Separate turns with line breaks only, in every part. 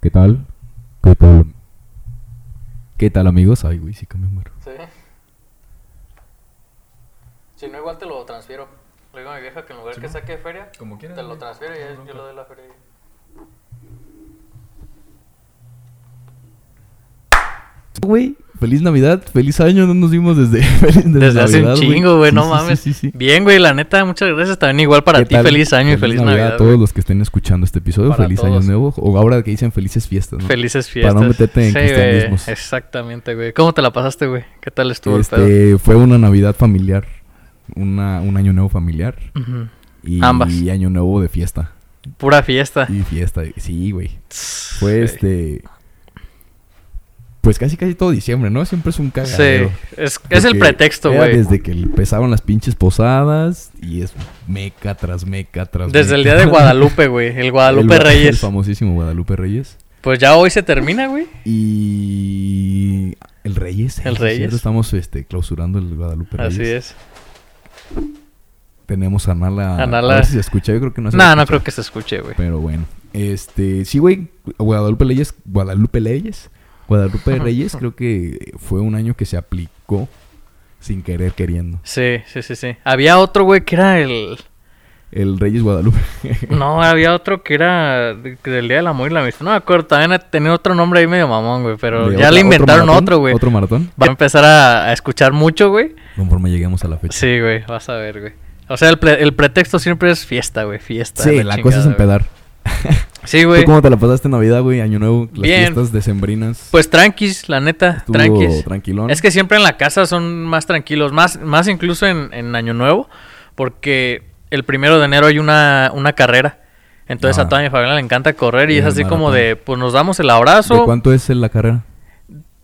¿Qué tal? ¿Qué tal? ¿Qué tal, amigos? Ay, güey, sí que me muero.
Sí. Si no, igual te lo transfiero. Le digo a mi vieja que en lugar
Sí,
que
¿no?
saque feria,
Como quieras.
te lo
güey.
transfiero y
No,
ya
no,
yo
no.
lo doy la feria.
Güey, feliz Navidad, feliz año, no nos vimos desde feliz
Desde hace un
Navidad,
chingo, güey,
Sí,
no
sí,
mames.
Sí, sí, sí.
Bien, güey, la neta, muchas gracias. También igual para
¿Qué
ti,
tal?
feliz año y feliz Navidad.
a todos
güey.
los que estén escuchando este episodio.
Para
feliz año
todos.
nuevo. O ahora que dicen felices fiestas, ¿no?
Felices
Para
fiestas.
no meterte en
güey,
cristianismos.
Exactamente, güey. ¿Cómo te la pasaste, güey? ¿Qué tal estuvo el pedo?
este, fue una Navidad familiar, una, un año nuevo familiar
Ujú.
y
Ambas. Ah.
año nuevo de fiesta.
Pura fiesta.
Y fiesta, sí, güey.
Tss,
Fue
güey.
este... Pues casi casi todo diciembre, ¿no? Siempre es un cagadero.
Sí, es, es el
Porque
pretexto,
era
güey.
Desde que empezaron las pinches posadas y es meca tras meca tras
Desde el día de Guadalupe, güey. El Guadalupe
El- El
Reyes.
famosísimo Guadalupe Reyes.
Pues ya hoy se termina, güey.
Y el Reyes.
El
sí,
Reyes.
cierto, Estamos este, clausurando el Guadalupe Reyes.
Así es.
Tenemos a Nala.
A Nala.
A ver si se escucha. Yo creo que no se
No, no
escucha,
creo que se escuche, güey.
Pero bueno. Este, sí, güey. Guadalupe Reyes. Guadalupe Reyes. Guadalupe Reyes creo que fue un año que se aplicó sin querer queriendo.
Sí, sí, sí, sí. Había otro, güey, que era el...
El Reyes Guadalupe.
No, había otro que era de- del Día del Amor y la Amistad. No me acuerdo, también tenía otro nombre ahí medio mamón, güey. Pero
De
ya
otra-
le inventaron
maratón,
otro, güey.
Otro maratón.
Va a empezar a, a escuchar mucho, güey.
Conforme lleguemos a la fecha.
Sí, güey, vas a ver, güey. O sea, el, pre- el pretexto siempre es fiesta, güey. Fiesta.
Sí, la cosa es
chingada, güey.
empedar.
Sí,
¿Tú
güey.
cómo te la pasaste en Navidad, güey? Año Nuevo, las
Bien.
fiestas decembrinas.
Pues tranquis, la neta,
Estuvo
tranquis.
tranquilón.
Es que siempre en la casa son más tranquilos, más, más incluso en, en Año Nuevo, porque el primero de enero hay una, una carrera. Entonces
Ah.
a toda mi familia le encanta correr y
Y
es
el
así como
maratón.
de, pues nos damos el
¿De
abrazo
cuánto es en la carrera?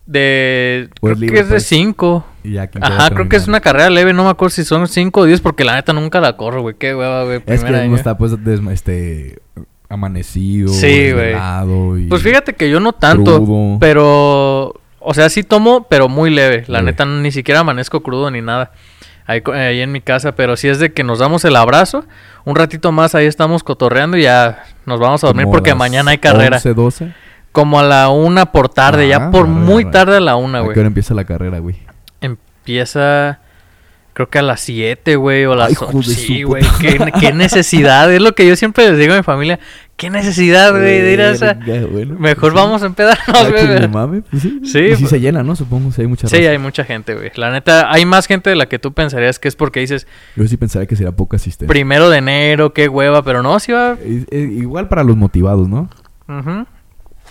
de...
¿O es
creo
libre,
que es de
pues?
5.
Y ya, ¿quién
Ajá,
queda
creo que es una
terminando?
carrera leve, no me acuerdo si son 5 o 10, porque la neta nunca la corro, güey. Qué hueva, güey.
Es que
primer
uno
año.
está, pues, desma- este... Amanecido,
Sí, güey.
desvelado y...
Pues fíjate que yo no tanto,
Crudo.
pero... O sea, sí tomo, pero muy leve. La
Leve.
neta, ni siquiera amanezco crudo ni nada. Ahí, co- ahí en mi casa, pero sí es de que nos damos el abrazo. Un ratito más ahí estamos cotorreando y ya nos vamos a dormir
como
porque
las
mañana hay carrera.
11, 12.
Como a la una por tarde, ya
Ah,
por
arre,
muy
arre.
tarde a la una,
¿A
güey.
qué hora empieza la carrera, güey?
Empieza, creo que a las 7, güey, o a
Ay,
las
hijo
8.
de
Sí,
su
güey, qué, qué necesidad. Es lo que yo siempre les digo a mi familia. Qué necesidad, Ah, güey, de ir a esa...
Verga, bueno, pues
Mejor
sí.
vamos a
Ah,
empedarnos,
que
güey.
le mame, pues sí.
Sí,
Y si
pues-
se llena, ¿no? Supongo, si hay mucha
Sí,
raza.
hay mucha gente, güey. La neta, hay más gente de la que tú pensarías que es porque dices
Yo sí pensaría que sería poca asistencia.
primero de enero, qué hueva, pero no, sí va.
Eh, eh, Igual para los motivados, ¿no?
Ujú.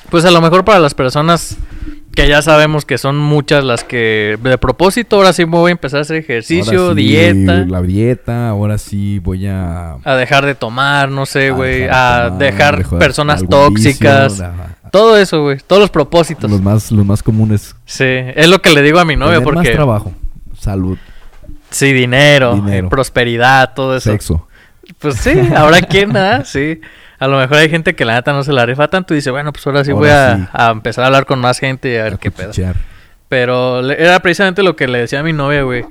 Pues a lo mejor para las personas que ya sabemos que son muchas las que de propósito ahora sí me voy a empezar a hacer ejercicio,
Ahora sí,
dieta,
La dieta, ahora sí voy a...
a dejar de tomar, no sé, güey,
dejar de
a
tomar,
dejar
dejar
personas
algún
tóxicas,
vicio, ajá.
todo eso, güey, todos los propósitos.
los, más, los más comunes.
Sí, es lo que le digo a mi novia
Tener más
porque
trabajo, salud,
sí, dinero,
Dinero.
eh, prosperidad, todo eso.
sexo.
Pues sí, habrá quien, nada, sí. A lo mejor hay gente que la neta no se la rifa tanto y dice, bueno, pues ahora sí voy
Ahora
a,
sí. Ah, pues,
a empezar a hablar con más gente y a ver qué pedo.
acuchichear.
Pero le- era precisamente lo que le decía a mi novia, güey.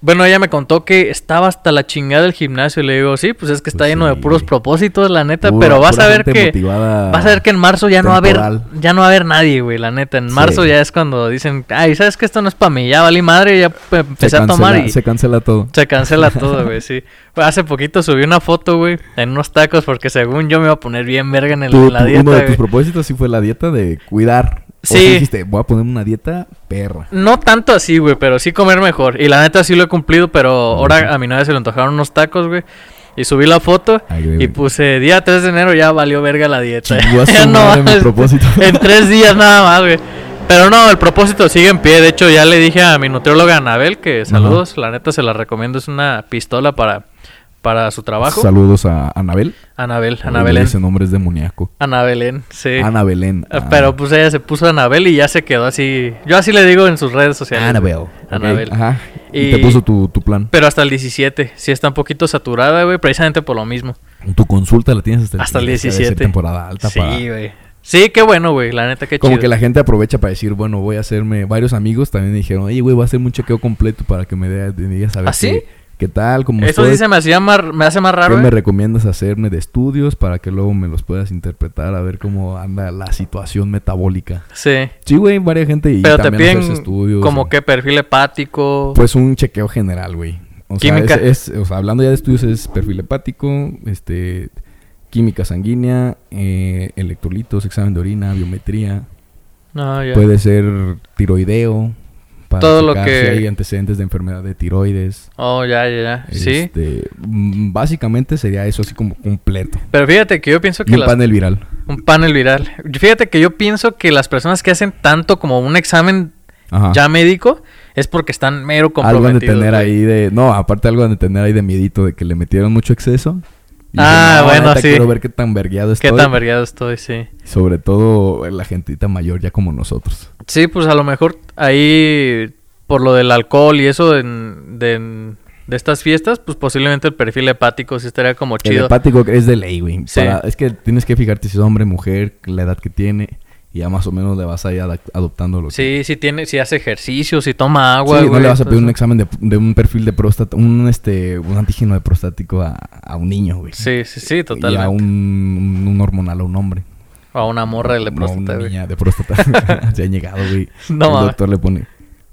Bueno, ella me contó que estaba hasta la chingada del gimnasio y le digo, sí, pues es que está
Pues
lleno de
sí.
puros propósitos, la neta,
Pura-
pero vas
pura
a ver
gente
que...
motivada
Vas a ver que en marzo ya no va a
temporal.
haber ya no va a haber nadie, güey, la neta. En
Sí.
marzo ya es cuando dicen, "Ay, sabes que esto no es para mí, ya valí madre, ya pe-
Se
empecé a
cancela,
tomar y
se cancela todo.
se cancela todo, güey, sí. Hace poquito subí una foto, güey, en unos tacos porque según yo me iba a poner bien verga en, el,
Tú-
en la
tú-
dieta,
uno de tus
güey.
propósitos sí fue la dieta de cuidar. O
Sí.
sea, dijiste, voy a poner una dieta perra.
No tanto así, güey, pero sí comer mejor. Y la neta sí lo he cumplido, pero ahora a mi novia se le antojaron unos tacos, güey. Y subí la foto
Ay, güey.
y puse día 3 de enero ya valió verga la dieta.
Chingó a su
Ya
madre mi
mames,
propósito.
En tres días nada más, güey. Pero no, el propósito sigue en pie. De hecho, ya le dije a mi nutrióloga Anabel que saludos. La neta se la recomiendo. Es una pistola para, para su trabajo.
Saludos a Anabel.
Anabel,
Oye,
Anabelén.
Ese nombre es demoníaco.
Anabelén, sí.
Ana Belén.
Ah,
Ah.
Pero pues ella se puso Anabel y ya se quedó así. Yo así le digo en sus redes sociales.
Anabel.
Anabel.
Ok, Ajá. Y,
Y-
te puso tu, tu plan.
Pero hasta el 17. Sí está un poquito saturada, güey. Precisamente por lo mismo.
Tu consulta la tienes hasta el,
Hasta el
debe ser
17.
temporada alta
sí,
para-
güey. Sí, qué bueno, güey. La neta, qué
Como
chido.
que la gente aprovecha para decir, bueno, voy a hacerme... Varios amigos también me dijeron, oye, güey, voy a hacer un chequeo completo para que me, dé- me digas a ver
¿Ah, sí?
qué, ¿Qué tal? ¿Cómo
Eso
estoy?
sí se me, hacía más, me hace más raro.
¿Qué me
¿eh?
recomiendas hacerme de estudios para que luego me los puedas interpretar a ver cómo anda la situación metabólica?
Sí.
Sí, güey, varias gente y
Pero te
también
piden
hacerse estudios. eh,
como
o-
que perfil hepático.
Pues un chequeo general, güey. O sea,
Química.
es- es- o sea, hablando ya de estudios, es perfil hepático, este, química sanguínea, eh, electrolitos, examen de orina, biometría.
No, ya.
Puede ser tiroideo. Para
Todo lo
checar
que-
Si hay antecedentes de enfermedad de tiroides.
Oh, ya, ya, ya. Sí.
Este, mm, básicamente sería eso así como completo.
Pero fíjate que yo pienso
Y
que
un
las-
panel viral.
un panel viral. Fíjate que yo pienso que las personas que hacen tanto como un examen
Ajá.
ya médico es porque están mero
Ah. algo han de
comprometidos.
tener
güey.
ahí de... No, aparte algo han de tener ahí de miedito de que le metieron mucho exceso. Y dicen,
Ah,
"No,
bueno,
neta,
sí.
Quiero ver qué tan vergueado estoy.
Qué tan vergueado estoy, sí.
Sobre todo la gentita mayor ya como nosotros.
Sí, pues a lo mejor ahí por lo del alcohol y eso en- de, en- de estas fiestas, pues posiblemente el perfil hepático sí estaría como
El
chido.
hepático es de ley, güey.
Sí.
Para- Es que tienes que fijarte si es hombre, mujer, la edad que tiene. Y ya más o menos le vas a ir adap- adoptando lo que-
Sí, sí tiene, si hace ejercicio, si toma agua,
Sí, no
güey,
le vas a
todo
pedir un
eso.
examen de, de un perfil de próstata, un este un antígeno de prostático a, a un niño, güey.
Sí, sí, sí,
Y a
totalmente.
un, un hormonal a un hombre.
A una morra le
No,
próstata,
una
güey.
niña de próstata. Se ha llegado, güey.
No
El
mames.
doctor le pone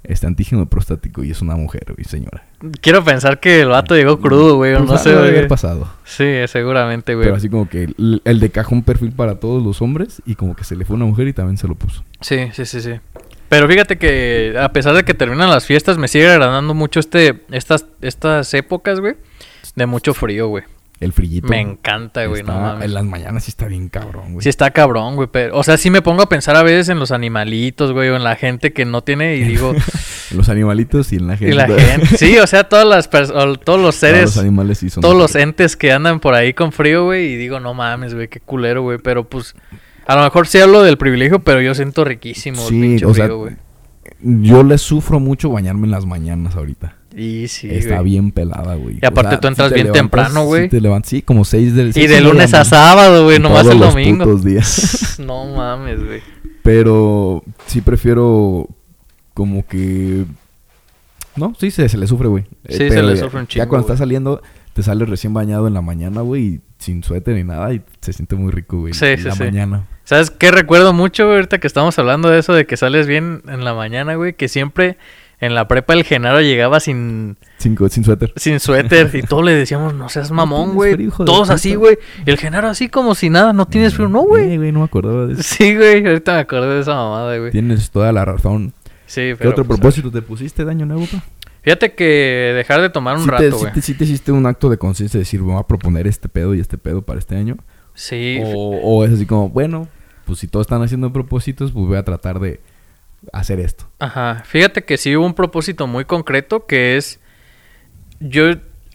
este antígeno de prostático y es una mujer, güey, señora.
Quiero pensar que el vato llegó crudo, güey, o
Pues
no
algo
sé,
debe
güey.
haber pasado.
Sí, seguramente, güey.
Pero así como que el, el de cajón perfil para todos los hombres y como que se le fue una mujer y también se lo puso.
Sí, sí, sí, sí. Pero fíjate que a pesar de que terminan las fiestas, me sigue agradando mucho este, estas, estas épocas, güey. De mucho frío, güey.
El frillito.
Me encanta, güey, no
Está-
mames.
En las mañanas sí está bien cabrón, güey.
Sí está cabrón, güey, pero... O sea, sí me pongo a pensar a veces en los animalitos, güey, o en la gente que no tiene y digo...
Los animalitos y en la gente.
y la gente... Sí, o sea, todas las pers- o todos
Todos
los seres...
los animales sí son.
todos los entes que andan por ahí con frío, güey, y digo, no mames, güey, qué culero, güey. Pero pues... A lo mejor sí hablo del privilegio, pero yo siento riquísimo el
Sí,
pinche
o sea,
frío, güey.
yo les sufro mucho bañarme en las mañanas ahorita.
Y sí,
está
güey.
bien pelada, güey.
Y aparte tú entras
te
bien temprano, güey.
Sí, te levantas, sí, como seis del
Y
seis
de
media
lunes a
mañana.
sábado, güey,
En
nomás
todos
el
los
domingo.
putos días.
No mames, güey.
Pero sí prefiero como que... No, sí, se, se le sufre, güey. Eh,
Sí, se
pero
le
ya-
sufre un
Ya
chingo,
cuando estás
güey.
saliendo, te sales recién bañado en la mañana, güey, y sin suéter ni nada, y se siente muy rico, güey.
Sí,
en
sí,
la
sí.
mañana.
¿Sabes qué recuerdo mucho, güey? Ahorita que estamos hablando de eso, de que sales bien en la mañana, güey, que siempre en la prepa el Genaro llegaba sin,
Sin, co- sin suéter.
sin suéter y todos le decíamos, no seas mamón,
tienes
güey.
frío, hijo de
Todos
puta.
así, güey. Y el Genaro así como si nada, no tienes frío, no,
Eh,
güey.
güey, no me acordaba de eso.
Sí, güey, ahorita me acordé de esa mamada, güey.
Tienes toda la razón.
Sí, pero.
¿Qué otro
pues,
propósito te pusiste de año nuevo, pa?
Fíjate que dejar de tomar un
Sí te-
rato,
sí
güey.
te, sí te hiciste un acto de conciencia de decir, voy a proponer este pedo y este pedo para este año.
Sí.
O, o es así como, bueno, pues si todos están haciendo propósitos, pues voy a tratar de hacer esto.
Ajá, fíjate que sí hubo un propósito muy concreto que es, yo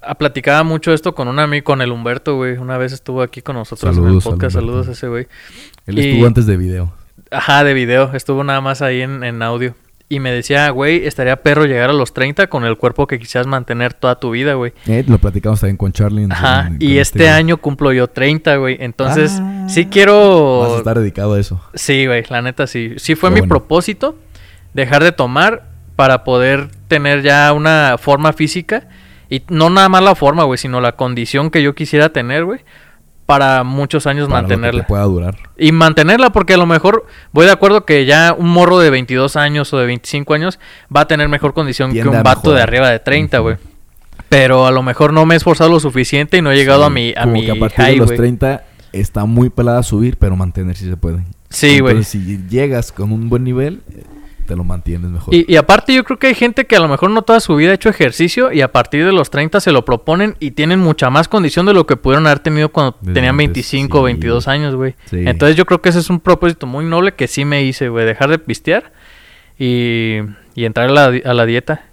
ah, platicaba mucho esto con un amigo, con el Humberto, güey, una vez estuvo aquí con nosotros en el
Saludos al
podcast,
Humberto.
saludos a ese güey.
Él
Y-
estuvo antes de video.
Ajá, de video, estuvo nada más ahí en, en audio. Y me decía, güey, estaría perro llegar a los 30 con el cuerpo que quisieras mantener toda tu vida, güey.
Eh, lo platicamos también con Charlie. en-
Ajá,
en-
y
con
este
güey.
año cumplo yo 30, güey. Entonces,
Ah.
sí quiero...
Vas a estar dedicado a eso.
Sí, güey, la neta sí. Sí fue
Qué
mi
bueno.
propósito dejar de tomar para poder tener ya una forma física y no nada más la forma, güey, sino la condición que yo quisiera tener, güey, para muchos años
para lo que te
mantenerla.
pueda durar.
Y mantenerla porque a lo mejor voy de acuerdo que ya un morro de 22 años o de 25 años va a tener mejor condición
Tiende
que
a
un vato de
mejorar.
arriba de 30,
Ujú.
güey. Pero a lo mejor no me he esforzado lo suficiente y no he llegado a
Sí,
mi a
como
mi
que a partir
high,
de los
güey.
30 está muy pelada subir, pero mantener si se puede.
Sí, güey.
Entonces, si llegas con un buen nivel, eh, te lo mantienes mejor.
Y, y aparte yo creo que hay gente que a lo mejor no toda su vida ha hecho ejercicio y a partir de los 30 se lo proponen y tienen mucha más condición de lo que pudieron haber tenido cuando
Desde
tenían
antes,
25 o
sí.
22 años, güey.
Sí.
Entonces yo creo que ese es un propósito muy noble que sí me hice, güey, dejar de pistear y, y entrar a la, di- a la dieta.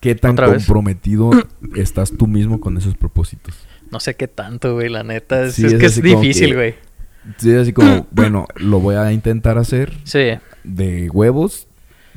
¿Qué tan
Otra vez.
comprometido estás tú mismo con esos propósitos?
No sé qué tanto, güey, la neta. Es,
Sí,
es
es
que es
así como
difícil,
que-
güey.
Sí, así como, bueno, lo voy a intentar hacer
Sí.
de huevos,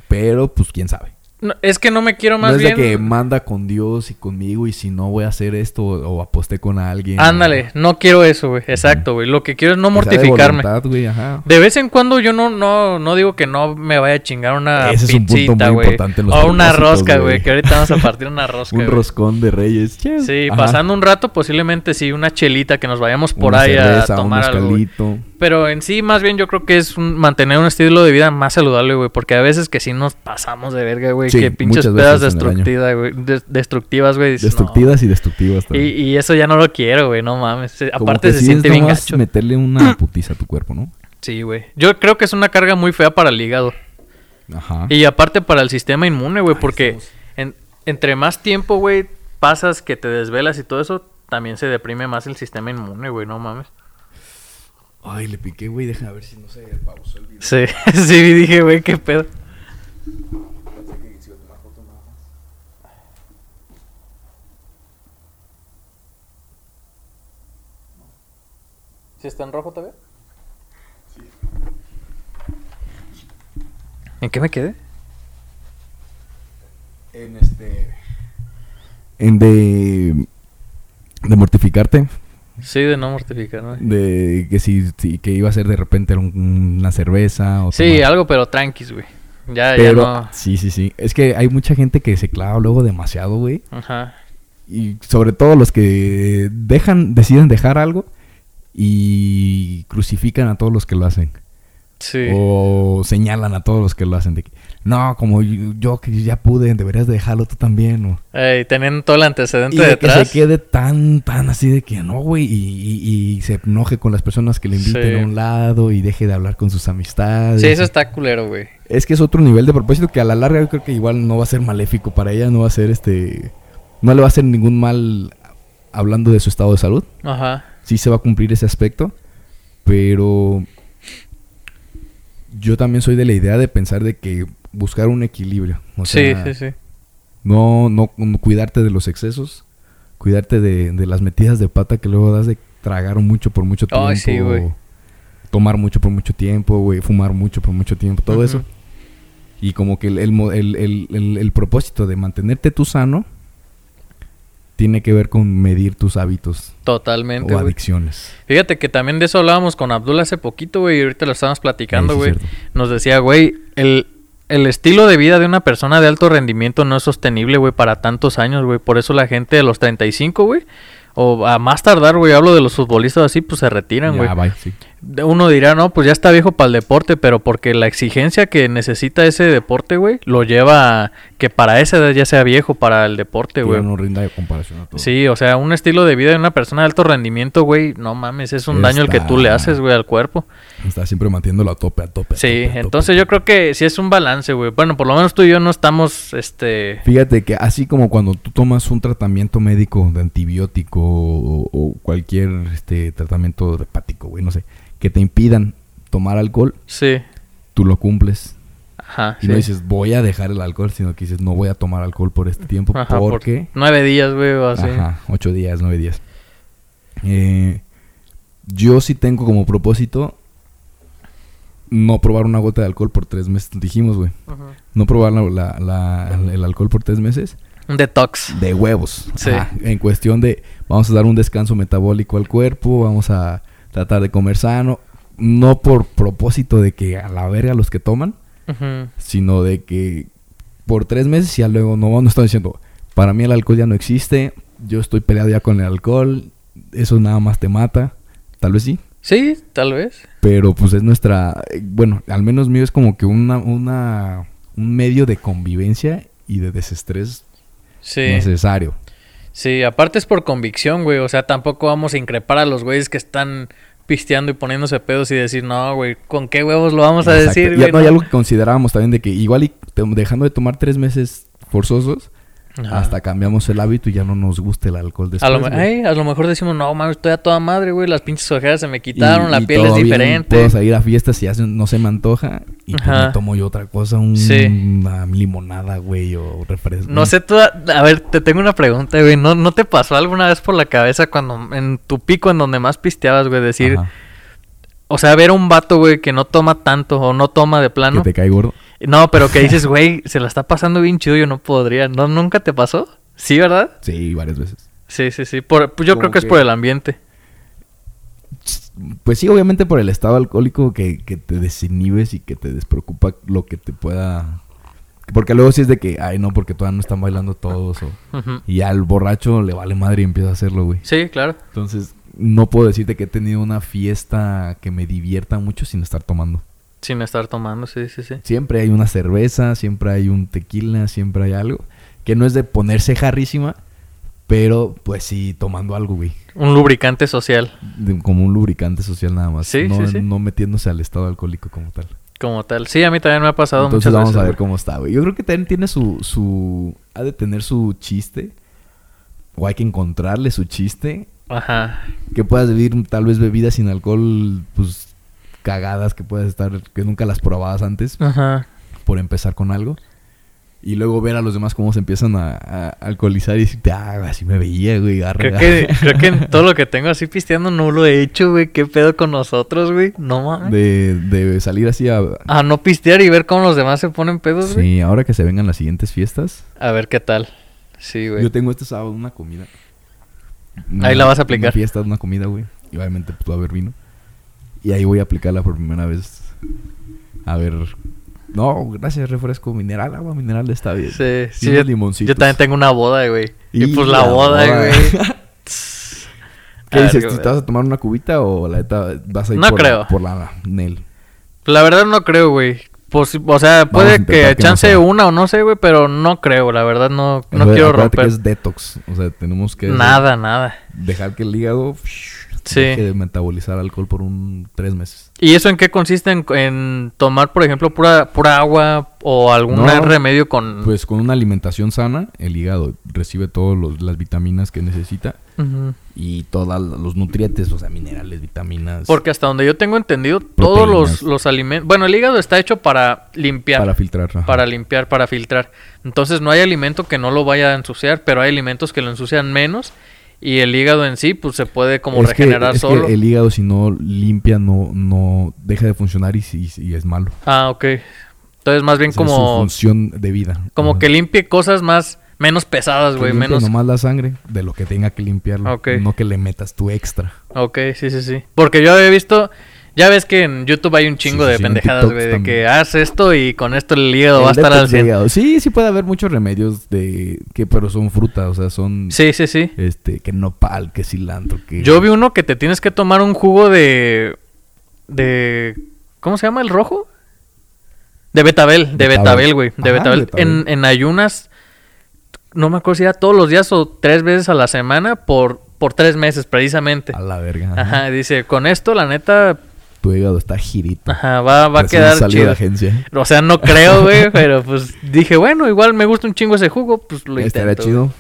pero pues quién sabe.
No, es que no me quiero más
no es
bien.
de que manda con Dios y conmigo y si no voy a hacer esto o aposté con alguien.
Ándale, no quiero eso, güey. Exacto, güey. Lo que quiero es no
O sea, de
mortificarme.
voluntad, güey, ajá.
De vez en cuando yo no, no, no digo que no me vaya a chingar una
Ese es un punto
pizzita,
muy
güey.
importante en los
O una
propósitos,
rosca, güey.
güey.
Que ahorita vamos a partir una rosca.
Un
güey.
roscón de reyes. che.
Sí,
Ajá.
pasando un rato, posiblemente sí, una chelita que nos vayamos por
Una
ahí
cerveza,
a
un
tomar algo. güey.
mezcalito.
Pero en sí, más bien yo creo que es un- mantener un estilo de vida más saludable, güey. Porque a veces que sí nos pasamos de verga, güey.
Sí,
que pinches
muchas
pedas
veces en el año.
destructivas, güey. des- destructivas, güey. dices, no.
Destructivas y destructivas
Y,
también.
y eso ya no lo quiero, güey, no mames. Se-
Como
Aparte
que
se
sí es
siente bien
nomás
gacho. Mm.
meterle una putiza a tu cuerpo, ¿no?
Sí, güey. Yo creo que es una carga muy fea para el hígado.
Ajá.
Y aparte para el sistema inmune, güey,
Ahí
porque
estamos.
en- entre más tiempo, güey, pasas que te desvelas y todo eso, también se deprime más el sistema inmune, güey, no mames.
Ay, le piqué, güey. Deja ver si no se pausó el video.
Sí, sí, dije, güey, qué pedo. ¿Sí está en rojo todavía? ¿En qué me quedé?
En este. En de. De mortificarte.
Sí, de no mortificar, ¿no?
De que si, si- que iba a ser de repente un- una cerveza o
Sí,
tomar-
algo, pero tranquis, güey. Ya,
Pero,
ya no.
sí, sí, sí. Es que hay mucha gente que se clava luego demasiado, güey.
Ajá.
Y sobre todo los que dejan, deciden dejar algo y crucifican a todos los que lo hacen.
Sí.
Oh. O señalan a todos los que lo hacen. De que, no, como yo, yo que ya pude, deberías de dejarlo tú también. o-
Ey, teniendo todo el antecedente
Y de que
detrás.
se quede tan, tan así de que no, güey. Y, y- y se enoje con las personas que le inviten
Sí.
a un lado y deje de hablar con sus amistades.
Sí, eso está culero, güey.
Es que es otro nivel de propósito que a la larga yo creo que igual no va a ser maléfico para ella, no va a ser este... No le va a hacer ningún mal hablando de su estado de salud.
Ajá.
Sí se va a cumplir ese aspecto, pero yo también soy de la idea de pensar de que buscar un equilibrio. O sea,
sí, sí, sí.
No, no no cuidarte de los excesos, cuidarte de, de las metidas de pata que luego das de tragar mucho por mucho tiempo.
Ay, sí, güey.
tomar mucho por mucho tiempo, güey, fumar mucho por mucho tiempo, todo
Ujú.
eso. Y como que el, el mo- el- el- el- el propósito de mantenerte tú sano tiene que ver con medir tus hábitos
Totalmente,
o
güey.
adicciones.
Fíjate que también de eso hablábamos con Abdul hace poquito, güey, y ahorita lo estábamos platicando,
Sí, sí,
güey.
cierto.
Nos decía, güey, el, el estilo de vida de una persona de alto rendimiento no es sostenible, güey, para tantos años, güey. Por eso la gente de los 35, güey, o a más tardar, güey, hablo de los futbolistas así, pues se retiran, güey.
Ya, bye, sí.
De- Uno dirá, no, pues ya está viejo para el deporte, pero porque la exigencia que necesita ese deporte, güey, lo lleva a que para esa edad ya sea viejo para el deporte,
Que
güey.
ya no rinda de comparación a todo.
Sí, o sea, un estilo de vida de una persona de alto rendimiento, güey, no mames, es un daño el que tú le
Está- Pues
haces, güey, al cuerpo.
Está siempre manteniéndolo a tope, a tope. a tope,
Sí,
a tope,
entonces
a
yo
tope.
creo que sí es un balance, güey. Bueno, por lo menos tú y yo no estamos, este...
Fíjate que así como cuando tú tomas un tratamiento médico de antibiótico o, o cualquier este tratamiento hepático, güey, no sé, que te impidan tomar alcohol,
Sí,
tú lo cumples.
ajá.
Y
sí.
no dices, voy a dejar el alcohol, sino que dices, no voy a tomar alcohol por este tiempo
Ajá, por Ah,
porque...
Nueve días, güey, o así.
Ajá, ocho días, nueve días. Eh, yo sí tengo como propósito no probar una gota de alcohol por tres meses, dijimos, güey.
Ujú.
No probar la- la- la- el alcohol por tres meses.
Un detox.
De huevos.
Sí.
Ajá. En cuestión de vamos a dar un descanso metabólico al cuerpo, vamos a tratar de comer sano. No por propósito de que a la verga los que toman,
Ujú.
sino de que por tres meses ya luego no, no están diciendo, para mí el alcohol ya no existe, yo estoy peleado ya con el alcohol, eso nada más te mata, tal vez sí,
Sí, tal vez.
pero pues es nuestra, eh, bueno, al menos mío es como que una, una, un medio de convivencia y de desestrés
Sí.
necesario.
Sí, aparte es por convicción, güey. O sea, tampoco vamos a increpar a los güeyes que están pisteando y poniéndose pedos y decir, no, güey, ¿con qué huevos lo vamos a
Exacto. Ya-
decir, güey?
no,
No".
hay algo que considerábamos también de que igual y te- dejando de tomar tres meses forzosos,
Ajá.
hasta cambiamos el hábito y ya no nos gusta el alcohol después.
a, lo, me-
güey.
ay, a lo mejor decimos, no, mames, estoy a toda madre, güey. Las pinches ojeras se me
Y-
quitaron, la
y
piel
todo
es
bien,
diferente.
Puedo salir a fiestas y ya se- no se me antoja y pues,
Ajá.
me tomo yo otra cosa, un-
Sí.
una limonada, güey, o refresco.
No sé, tú, a, a ver, te tengo una pregunta, güey. ¿No, ¿No te pasó alguna vez por la cabeza cuando en tu pico en donde más pisteabas, güey, decir,
Ajá.
O sea, ver a un vato, güey, que no toma tanto o ¿ah, no toma de plano.
Que te cae gordo.
No, pero que dices, güey, se la está pasando bien chido, yo no podría. ¿No, ¿Nunca te pasó? Sí, ¿verdad?
Sí, varias veces.
Sí, sí, sí. Por, pues yo creo
Como
que es
que-
por el ambiente.
Pues sí, obviamente por el estado alcohólico que, que te desinhibes y que te despreocupa lo que te pueda... Porque luego sí es de que, ay no, porque todavía no están bailando todos. o-
Ujú.
Y al borracho le vale madre y empieza a hacerlo, güey.
Sí, claro.
Entonces, no puedo decirte que he tenido una fiesta que me divierta mucho sin estar tomando.
Sin estar tomando, sí, sí, sí.
Siempre hay una cerveza, siempre hay un tequila, siempre hay algo. Que no es de ponerse jarrísima, pero pues sí tomando algo, güey.
Un lubricante social
De- como un lubricante social nada más.
Sí,
no,
sí, sí.
no metiéndose al estado alcohólico como tal.
como tal. Sí, a mí también me ha pasado
Entonces
muchas
vamos
veces.
a ver
güey.
cómo está, güey. Yo creo que también tiene su, su... Ha de tener su chiste. O hay que encontrarle su chiste.
Ajá.
que puedas vivir tal vez bebidas sin alcohol, pues cagadas que puedas estar, que nunca las probabas antes,
Ajá.
por empezar con algo. Y luego ver a los demás cómo se empiezan a, a alcoholizar y decirte, ah, así me veía, güey, arre".
Creo que, creo que en todo lo que tengo así pisteando no lo he hecho, güey. ¿Qué pedo con nosotros, güey? No mames.
de, de salir así a...
A no pistear y ver cómo los demás se ponen pedos, güey.
Sí, ahora que se vengan las siguientes fiestas,
A ver qué tal. Sí, güey.
yo tengo este sábado una comida.
Ahí la vas a
Una-
aplicar.
Una fiesta, una comida, güey. Y obviamente pues, va a haber vino. Y ahí voy a aplicarla por primera vez. A ver... No, gracias, refresco mineral, agua mineral está bien.
Sí,
Y
sí.
unos
Yo,
limoncitos.
yo también tengo una boda, güey. Y,
Y
pues la,
la
boda,
boda.
güey.
¿Qué
Ah,
dices?
digo,
¿Te vas a tomar una cubita o la neta vas a ir
No
por,
creo.
por la Nel?
Pues La verdad no creo, güey. Posi- o sea,
a
puede
intentar
que
que no
chance
sea.
una o no sé, güey, pero no creo, la verdad no, no
Entonces,
quiero
acuérdate
romper
que es detox. O sea, tenemos que
nada, nada.
dejar que el hígado
Sí.
deje de metabolizar alcohol por un tres meses.
¿Y eso en qué consiste? ¿En, en tomar, por ejemplo, pura, pura agua o algún
No,
remedio con...?
Pues con una alimentación sana, el hígado recibe todas las vitaminas que necesita
Ujú.
y todos los nutrientes, o sea, minerales, vitaminas.
Porque hasta donde yo tengo entendido, todos los,
Proteínas.
los alimentos... Bueno, el hígado está hecho para limpiar.
Para filtrar. ajá.
para limpiar, para filtrar. Entonces no hay alimento que no lo vaya a ensuciar, pero hay alimentos que lo ensucian menos y el hígado en sí pues se puede como
Es que-
regenerar
es que
solo.
el hígado si no limpia no, no deja de funcionar y, sí- y es malo.
Ah, ok. Entonces más bien
Esa es su
como
función de vida.
como
Ajá.
que limpie cosas más menos pesadas,
Que
güey,
limpie
menos.
nomás la sangre de lo que tenga que limpiarlo.
Ok.
No que le metas tú extra.
Ok, sí, sí, sí. Porque yo he visto ya ves que en YouTube hay un chingo
Sí, sí,
de
sí, en
pendejadas,
TikToks
güey, de que
también.
haz esto y con esto el hígado va a
El
estar
detox
al 100.
hígado. Sí, sí puede haber muchos remedios de que pero son frutas, o sea, son
Sí, sí, sí.
este que nopal, que cilantro, que
Yo vi uno que te tienes que tomar un jugo de. de. ¿Cómo se llama el rojo? De betabel, de
Betabel.
betabel, güey. De
Ajá,
betabel.
betabel.
En, en ayunas, no me acuerdo si era todos los días o tres veces a la semana por, por tres meses, precisamente.
a la verga.
Ajá.
ajá.
dice, con esto, la neta,
Tu hígado está girito.
ajá, va, va a
Recién
quedar
salido de
chido.
agencia.
O sea, no creo, güey, pero pues dije, bueno, igual me gusta un chingo ese jugo, pues lo
Estaría
intento.
chido.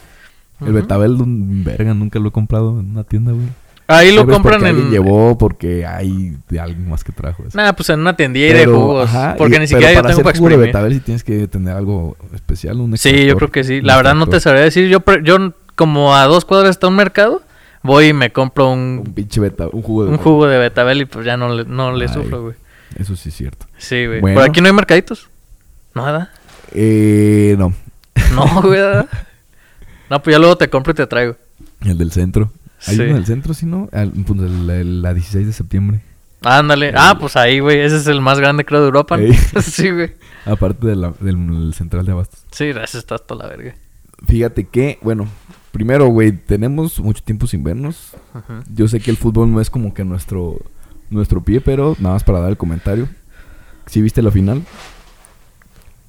El
Ujú.
betabel, un- verga, nunca lo he comprado en una tienda, güey.
Ahí lo
Tal vez
compran
porque
en...
alguien llevó porque hay de alguien más que trajo eso.
Nada, pues en una tendilla de
Pero,
jugos.
ajá,
porque
y-
ni siquiera
pero
yo
para
tengo
hacer
para
jugo de
exprimir.
betabel si tienes que tener algo especial, un
Sí, yo
extractor,
creo que sí.
un
La verdad no te
extractor.
sabría decir. Yo, pre- yo como a dos cuadras está un mercado, voy y me compro
Un
un,
pinche beta, un jugo de
un jugo de betabel y pues ya no le, no le
Ay.
sufro, güey.
Eso sí es cierto.
Sí, güey.
Bueno.
¿Por aquí no hay mercaditos? Nada.
Eh, no.
No, güey. nada. No, pues ya luego te compro y te traigo.
El del centro. Hay
Sí.
uno del centro, si no. Al- pues, el- el- la 16 de septiembre.
Ándale. Ah, pues ahí, güey. Ese es el más grande, creo, de Europa. ¿no?
Ey.
sí, güey.
Aparte de la- del central de Abastos.
Sí, gracias, estás toda la verga.
Fíjate que, bueno, primero, güey, tenemos mucho tiempo sin vernos.
Ajá.
Yo sé que el fútbol no es como que nuestro, nuestro pie, pero nada más para dar el comentario. ¿Sí viste la final?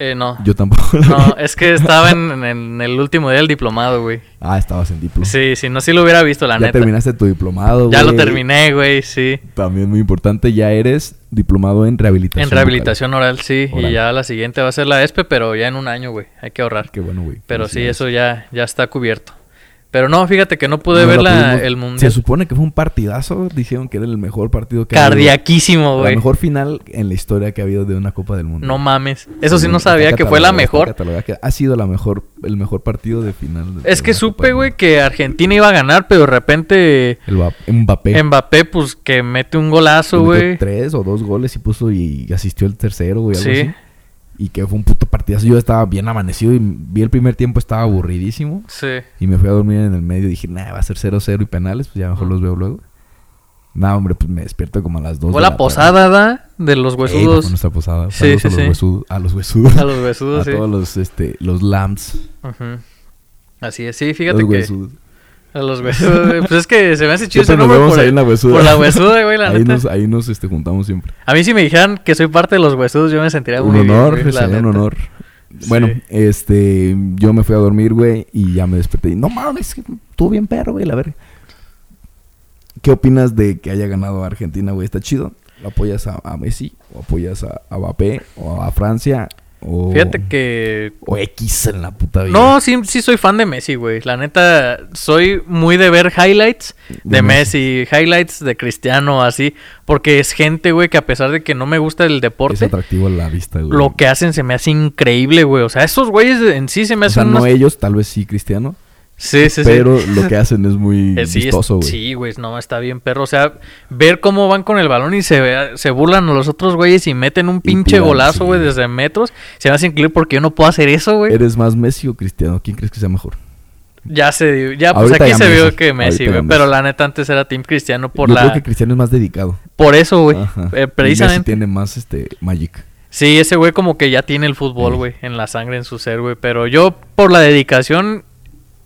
Eh, no.
Yo tampoco.
No, es que estaba en, en- en el último día del diplomado, güey.
ah, estabas en diplo.
Sí, si no, sí lo hubiera visto, la
ya
neta.
terminaste tu diplomado,
Ya lo
güey.
terminé, güey, sí.
También muy importante, ya eres diplomado en rehabilitación.
En rehabilitación oral, sí.
Oral.
Y ya la siguiente va a ser la ESPE, pero ya en un año, güey. Hay que ahorrar.
vocal. Ah, Qué bueno, güey.
Pero sí,
Felicidades.
eso ya, ya está cubierto. Pero no, fíjate que no pude
No
ver
la
la-
pudimos-
el
Se
mundial.
supone que fue un partidazo. Dijeron que era el mejor partido que ha habido.
Cardiaquísimo,
La
güey.
mejor final en la historia que ha habido de una Copa del Mundo.
No mames. Eso sí no
Está
sabía que fue la
catalogada, está
mejor.
catalogada que ha sido la mejor, el mejor partido de final. de-
Es
de
que
una Copa
supe,
del
güey,
Mundo.
que Argentina iba a ganar, pero de repente
El Ba- Mbappé.
Mbappé, pues, que mete un golazo,
metió
güey.
Tres o dos goles y puso y, asistió el tercero, güey. Algo
Sí.
así. Y que fue un puto partidazo. Yo estaba bien amanecido y vi el primer tiempo, estaba aburridísimo.
Sí.
Y me fui a dormir en el medio y dije, nah, va a ser 0-0 y penales, pues ya mejor
Ujú.
los veo luego. Nah, hombre, pues me despierto como a las 2.
Fue la posada, ¿da? De los
Huesudos.
huesudos.
nuestra posada.
Sí,
Saludos a
sí,
los
sí.
huesudos. A los huesudos.
A los huesudos,
A
sí.
todos los, este, los lambs.
Ujú. Así es, sí, fíjate
los
que.
huesudos.
A los huesudos, güey. Pues es que se me hace chido
Siempre
ese
nos
nombre
vemos
por,
ahí en la huesuda.
por la huesuda, güey, la
ahí,
neta.
nos, ahí nos este, juntamos siempre.
A mí si me dijeran que soy parte de los huesudos, yo me sentiría
Un
muy bien,
honor,
güey, la
sería un
neta.
honor. Bueno,
Sí.
este, yo me fui a dormir, güey, y ya me desperté. Y, no mames, que estuvo bien perro, güey, la verga. ¿Qué opinas de que haya ganado Argentina, güey? ¿Está chido? ¿Lo apoyas a, a Messi? ¿O apoyas a, a Mbappé? ¿O a Francia? ¿O,
Fíjate que...
o X en la puta vida?
No, sí, sí soy fan de Messi, güey. La neta, soy muy de ver highlights de,
De
Messi. highlights de Cristiano, así. Porque es gente, güey, que a pesar de que no me gusta el
Es
deporte,
atractivo a la vista, güey.
lo que hacen se me hace increíble, güey. O sea, esos güeyes en sí se me
O sea,
hacen
no
unos...
ellos, tal vez sí, Cristiano.
Sí, sí, sí.
pero lo que hacen es muy
Eh, sí,
Mm,
es-
vistoso, güey.
Sí, güey, no, está bien, perro. O sea, ver cómo van con el balón y se, ve- se burlan a los otros güeyes y meten un pinche
tiran, sí.
golazo, güey, desde metros. Se me hace increíble porque yo no puedo hacer eso, güey.
¿Eres más Messi o Cristiano? ¿Quién crees que sea mejor?
Ya se dio- ya pues
Ahorita
aquí
ya
se
Messi,
vio que
ahorita
Messi,
ya
güey,
Messi.
pero la neta antes era Team Cristiano por
Yo creo
la
que Cristiano es más dedicado.
por eso, güey.
Ajá.
Eh,
Y Messi
precisamente.
tiene más este Magic.
Sí, ese güey como que ya tiene el fútbol,
Sí.
güey, en la sangre, en su ser, güey, pero yo por la dedicación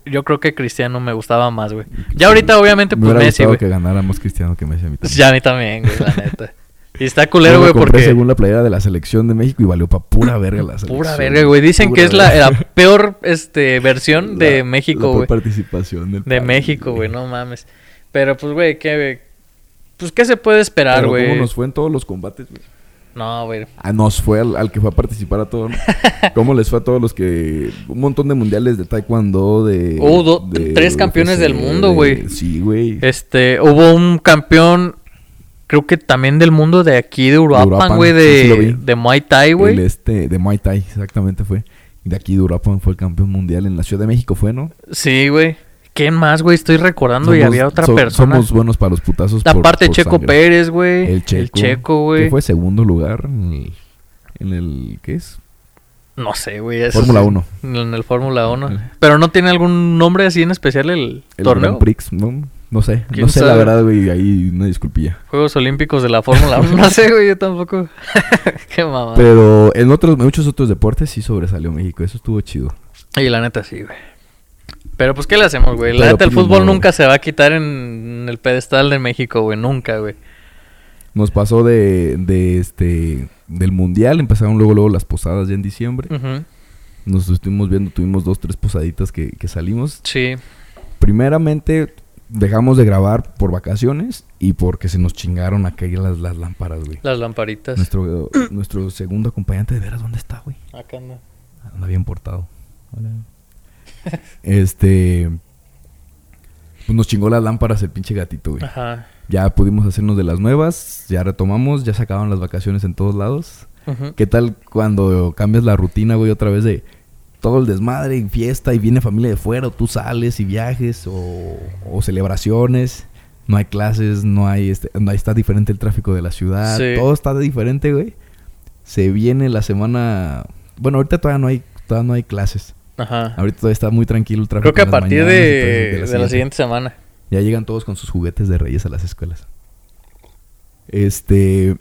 yo creo que Cristiano me gustaba más, güey. Ya ahorita obviamente
Me
pues
hubiera
Messi,
gustado
güey.
que ganara más Cristiano que Messi a mí también.
Ya a mí también, güey, la neta. Y está
Yo
culero,
me
güey,
compré
porque
según la playera de la selección de México y valió para pura verga la selección.
pura verga, güey. Dicen
Pura
que es la,
verga.
la peor este versión de
La- la
México,
peor
güey.
participación del
De
país,
México, güey, no mames. Pero pues güey, qué pues qué se puede esperar,
Pero
güey.
¿Cómo nos fue en todos los combates, güey?
No, güey.
Ah, nos fue al, al que fue a participar a todos. ¿no? ¿Cómo les fue a todos los que. Un montón de mundiales de Taekwondo, de.
Oh, do-
de
tres campeones del mundo,
de-
güey.
Sí, güey.
Este, hubo un campeón, creo que también del mundo de aquí, de Uruapan,
Uruapan,
güey, de,
sí, sí lo vi.
de Muay Thai,
El
güey.
este, de Muay Thai, exactamente fue. De aquí de Uruapan fue el campeón mundial en la Ciudad de México, fue, ¿no?
Sí, güey. ¿Quién más, güey? Estoy recordando y
Somos-
había otra
so-
persona.
Somos buenos para los putazos. por-
Aparte
por
Checo
sangre.
Pérez, güey.
El Checo.
güey.
Que fue segundo lugar en el. En el ¿Qué es?
No sé, güey. eso
Fórmula
sí.
1.
En el Fórmula 1.
Ajá.
Pero no tiene algún nombre así en especial el,
El
torneo.
Grand Prix, ¿no? No sé.
¿Quién
No sé, la
sabe?
verdad, güey. Ahí una disculpilla.
Juegos Olímpicos de la Fórmula 1. no sé, güey, yo tampoco. Qué mamada.
Pero en otros, muchos otros deportes sí sobresalió México. Eso estuvo chido.
Y la neta sí, güey. Pero pues, ¿qué le hacemos, güey? La
Pero,
neta, el
pues, ni
fútbol
modo.
nunca se va a quitar en el pedestal de México, güey. Nunca, güey.
Nos pasó de, de este del mundial, empezaron luego luego las posadas ya en diciembre.
Ujú.
Nos estuvimos viendo, tuvimos dos, tres posaditas que, que salimos.
Sí.
Primeramente dejamos de grabar por vacaciones y porque se nos chingaron a caer las, las lámparas, güey.
Las lamparitas.
Nuestro, nuestro segundo acompañante de veras, ¿dónde está, güey?
Acá anda.
Anda bien portado. Este. Pues nos chingó las lámparas el pinche gatito, güey.
Ajá.
Ya pudimos hacernos de las nuevas, ya retomamos, ya se acabaron las vacaciones en todos lados.
Ujú.
¿Qué tal cuando cambias la rutina, güey, otra vez de todo el desmadre y fiesta y viene familia de fuera, o tú sales y viajes o, o celebraciones? No hay clases, no hay este, no, ahí está diferente el tráfico de la ciudad,
Sí.
todo está diferente, güey. Se viene la semana, bueno, ahorita todavía no hay todavía no hay clases.
Ajá.
Ahorita todavía está muy tranquilo el tráfico.
Creo que a
en las
partir
mañanas y
de,
todo eso,
de la siguiente semana.
ya llegan todos con sus juguetes de reyes a las escuelas. Este.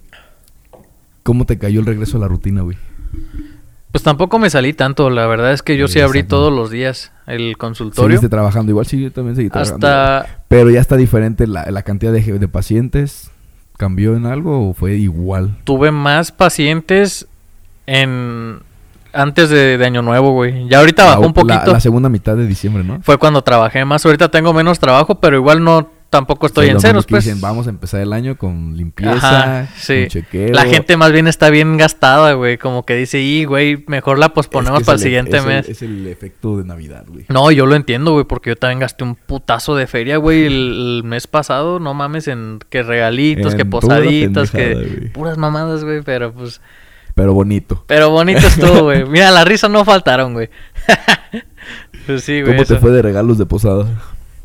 ¿Cómo te cayó el regreso a la rutina, güey?
Pues tampoco me salí tanto. La verdad es que yo sí
Sí,
abrí
exacto.
todos los días el consultorio.
Seguiste trabajando igual, sí, yo también seguí trabajando.
Hasta.
Pero ya está diferente la, la cantidad de, je- de pacientes. ¿Cambió en algo o fue igual?
tuve más pacientes en antes de, de Año Nuevo, güey. Ya ahorita bajó
La-
un poquito.
La, la segunda mitad de diciembre, ¿no?
Fue cuando trabajé más. Ahorita tengo menos trabajo, pero igual no tampoco estoy
Es lo
en
mismo
ceros,
que
pues.
Dicen, vamos a empezar el año con limpieza,
Ajá, sí.
con chequeo.
La gente más bien está bien gastada, güey. Como que dice, y, güey, mejor la
Es que
posponemos
es e-
para el siguiente
es
mes.
es el efecto de Navidad, güey.
No, yo lo entiendo, güey, porque yo también gasté un putazo de feria, güey, el, el mes pasado, no mames, en que regalitos, que
En pura
posaditas, que
pendejada, güey.
puras mamadas, güey, pero pues,
Pero bonito.
pero bonito estuvo, güey. Mira, las risas no faltaron, güey. pues sí, güey.
¿Cómo te
eso.
fue de regalos de posada?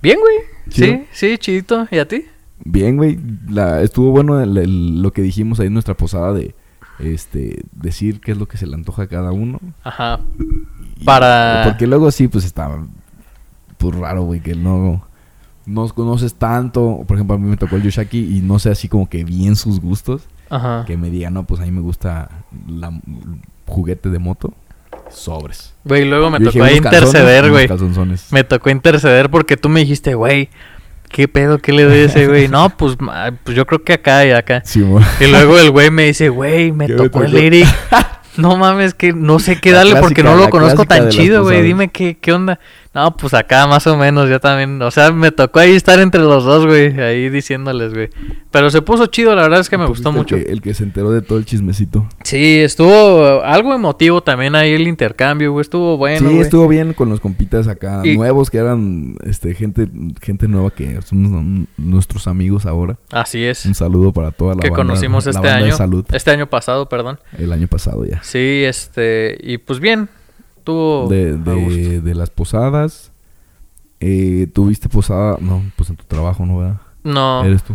Bien, güey.
¿Chido?
Sí, sí, chidito. ¿Y a ti?
Bien, güey. La, estuvo bueno el- el- lo que dijimos ahí en nuestra posada de este decir qué es lo que se le antoja a cada uno.
Ajá.
Y-
Para-
Porque luego sí, pues está... Pues raro, güey, que no... No conoces tanto. Por ejemplo, a mí me tocó el Yoshaki y no sé así como que bien sus gustos.
Ajá.
Que me digan, no, pues a mí me gusta la m- juguete de moto. Sobres.
Güey, luego me
Yo dije,
tocó ahí
unos calzones,
interceder,
unos
güey.
calzonzones.
Me tocó interceder porque tú me dijiste, güey, ¿qué pedo? ¿Qué le doy a ese güey? No, pues, ma- pues yo creo que acá y acá.
Sí, mo-
Y luego el güey me dice, güey, me
¿Qué me
tocó el
tocó?"
lyric. No mames, que no sé qué
La
darle porque
clásica-
no lo
la
conozco
clásica
tan
de las
chido, güey.
posadas.
Dime qué, qué onda. No, pues acá más o menos, yo también. O sea, me tocó ahí estar entre los dos, güey. Ahí diciéndoles, güey. Pero se puso chido, la verdad es que me
Tú
gustó
fuiste
mucho.
El que, el que se enteró de todo el chismecito.
Sí, estuvo eh, algo emotivo también ahí el intercambio, güey. Estuvo bueno,
sí,
güey.
estuvo bien con los compitas acá
Y-
nuevos que eran este gente gente nueva que son n- nuestros amigos ahora.
Así es.
Un saludo para toda la
Que
banda-
conocimos
la
este
banda de
año.
salud
Este año pasado, perdón.
el año pasado ya.
Sí, este. Y pues bien. Estuvo.
De,
Oh, a gusto.
de, de las posadas. Eh, tuviste posada, no, pues en tu trabajo, ¿no, verdad?
No,
Eres tú.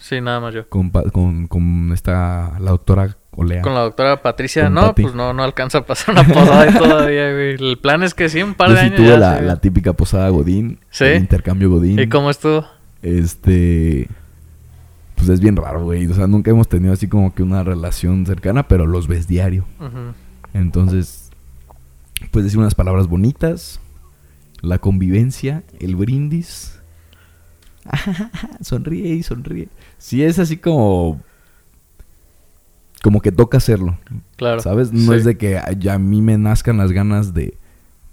sí, nada más yo.
Con, pa- con, con esta, la doctora Olea.
Con la doctora Patricia,
Con
no,
Pati.
pues no, no alcanza a pasar una posada ahí todavía, güey. El plan es que sí, un par
Yo
de
sí
años.
tuve
ya,
la,
sí.
la típica posada Godín.
Sí.
el intercambio Godín.
¿Y cómo estuvo?
Este. Pues es bien raro, güey. O sea, nunca hemos tenido así como que una relación cercana, pero los ves diario.
Ujú.
Entonces, pues decir unas palabras bonitas, la convivencia, el brindis. sonríe y sonríe. Sí, es así como. Como que toca hacerlo.
Claro.
¿Sabes? No
sí.
es de que a, ya a mí me nazcan las ganas de,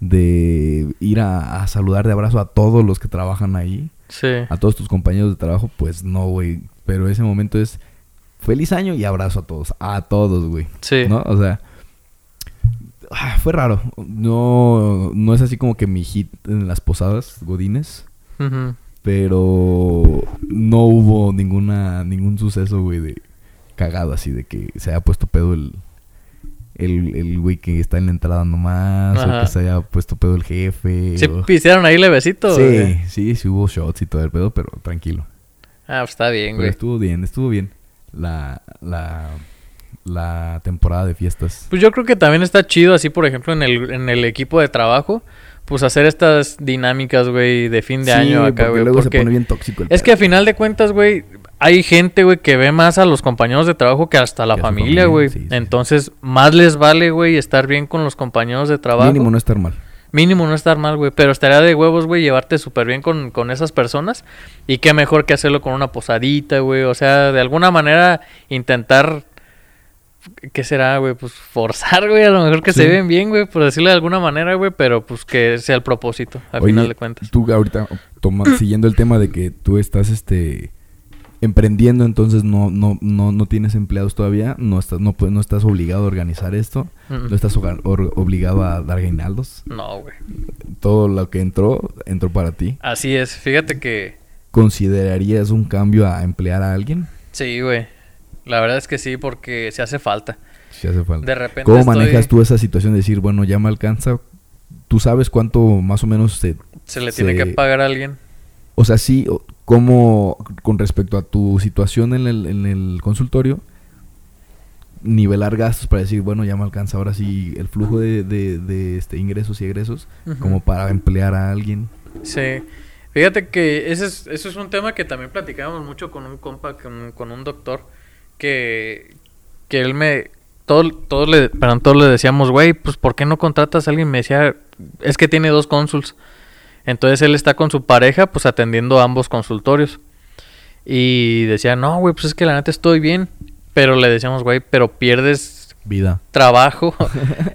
de ir a, a saludar de abrazo a todos los que trabajan ahí,
Sí.
a todos tus compañeros de trabajo, pues no, güey. Pero ese momento es feliz año y abrazo a todos, a todos, güey.
Sí.
¿No? O sea, ah, fue raro. No, no es así como que mi hit en las posadas, Godines.
Ujú.
Pero no hubo ninguna ningún suceso, güey, de cagado así, de que se haya puesto pedo el el, el güey que está en la entrada nomás, o
Ajá.
que se haya puesto pedo el jefe.
¿Sí eh.
o-
pistearon ahí levecito?
sí,
güey?
sí, sí hubo shots y todo el pedo, pero tranquilo.
Ah, pues está bien,
Pero
güey.
estuvo bien, estuvo bien la, la, la temporada de fiestas.
Pues yo creo que también está chido, así por ejemplo, en el, en el equipo de trabajo, pues hacer estas dinámicas, güey, de fin de
Sí,
año acá,
porque
güey.
luego
porque
se pone bien tóxico el
es que a final de cuentas, güey, hay gente, güey, que ve más a los compañeros de trabajo que hasta la
Que a su
familia,
familia,
güey.
sí, sí.
Entonces, más les vale, güey, estar bien con los compañeros de trabajo.
Mínimo no estar mal.
Mínimo no estar mal, güey. Pero estaría de huevos, güey, llevarte súper bien con, con esas personas. Y qué mejor que hacerlo con una posadita, güey. O sea, de alguna manera intentar. ¿Qué será, güey? Pues forzar, güey. A lo mejor que se
Sí.
ven bien, güey. Por decirlo de alguna manera, güey. Pero pues que sea el propósito, al
Oye,
final de cuentas.
Tú ahorita, oh, toma- siguiendo el tema de que tú estás este emprendiendo, entonces no, no, no, no tienes empleados todavía, no estás, no, puedes- no estás obligado a organizar esto,
Mm.
no estás oga- or- obligado a dar aguinaldos.
No, güey.
Todo lo que entró, entró para ti.
Así es. Fíjate que.
¿Considerarías un cambio a emplear a alguien?
Sí, güey. La verdad es que sí, porque se hace falta.
Si hace falta.
De repente.
¿Cómo
estoy-
manejas tú esa situación de decir, bueno, ya me alcanza? ¿Tú sabes cuánto más o menos se
Se le tiene
se-
que pagar a alguien.
O sea, sí, o- como con respecto a tu situación en el, en el consultorio, nivelar gastos para decir, bueno, ya me alcanza ahora sí el flujo de, de- de, este, ingresos y egresos,
Ujú.
como para emplear a alguien.
Sí. Fíjate que ese es, eso es un tema que también platicábamos mucho con un compa, con, con un doctor, que, que él me... Todos todo le, perdón, todos le decíamos, güey, pues ¿por qué no contratas a alguien? Me decía, es que tiene dos cónsuls. Entonces él está con su pareja, pues atendiendo ambos consultorios. Y decía, no, güey, pues es que la neta estoy bien. Pero le decíamos, güey, pero pierdes
Vida.
trabajo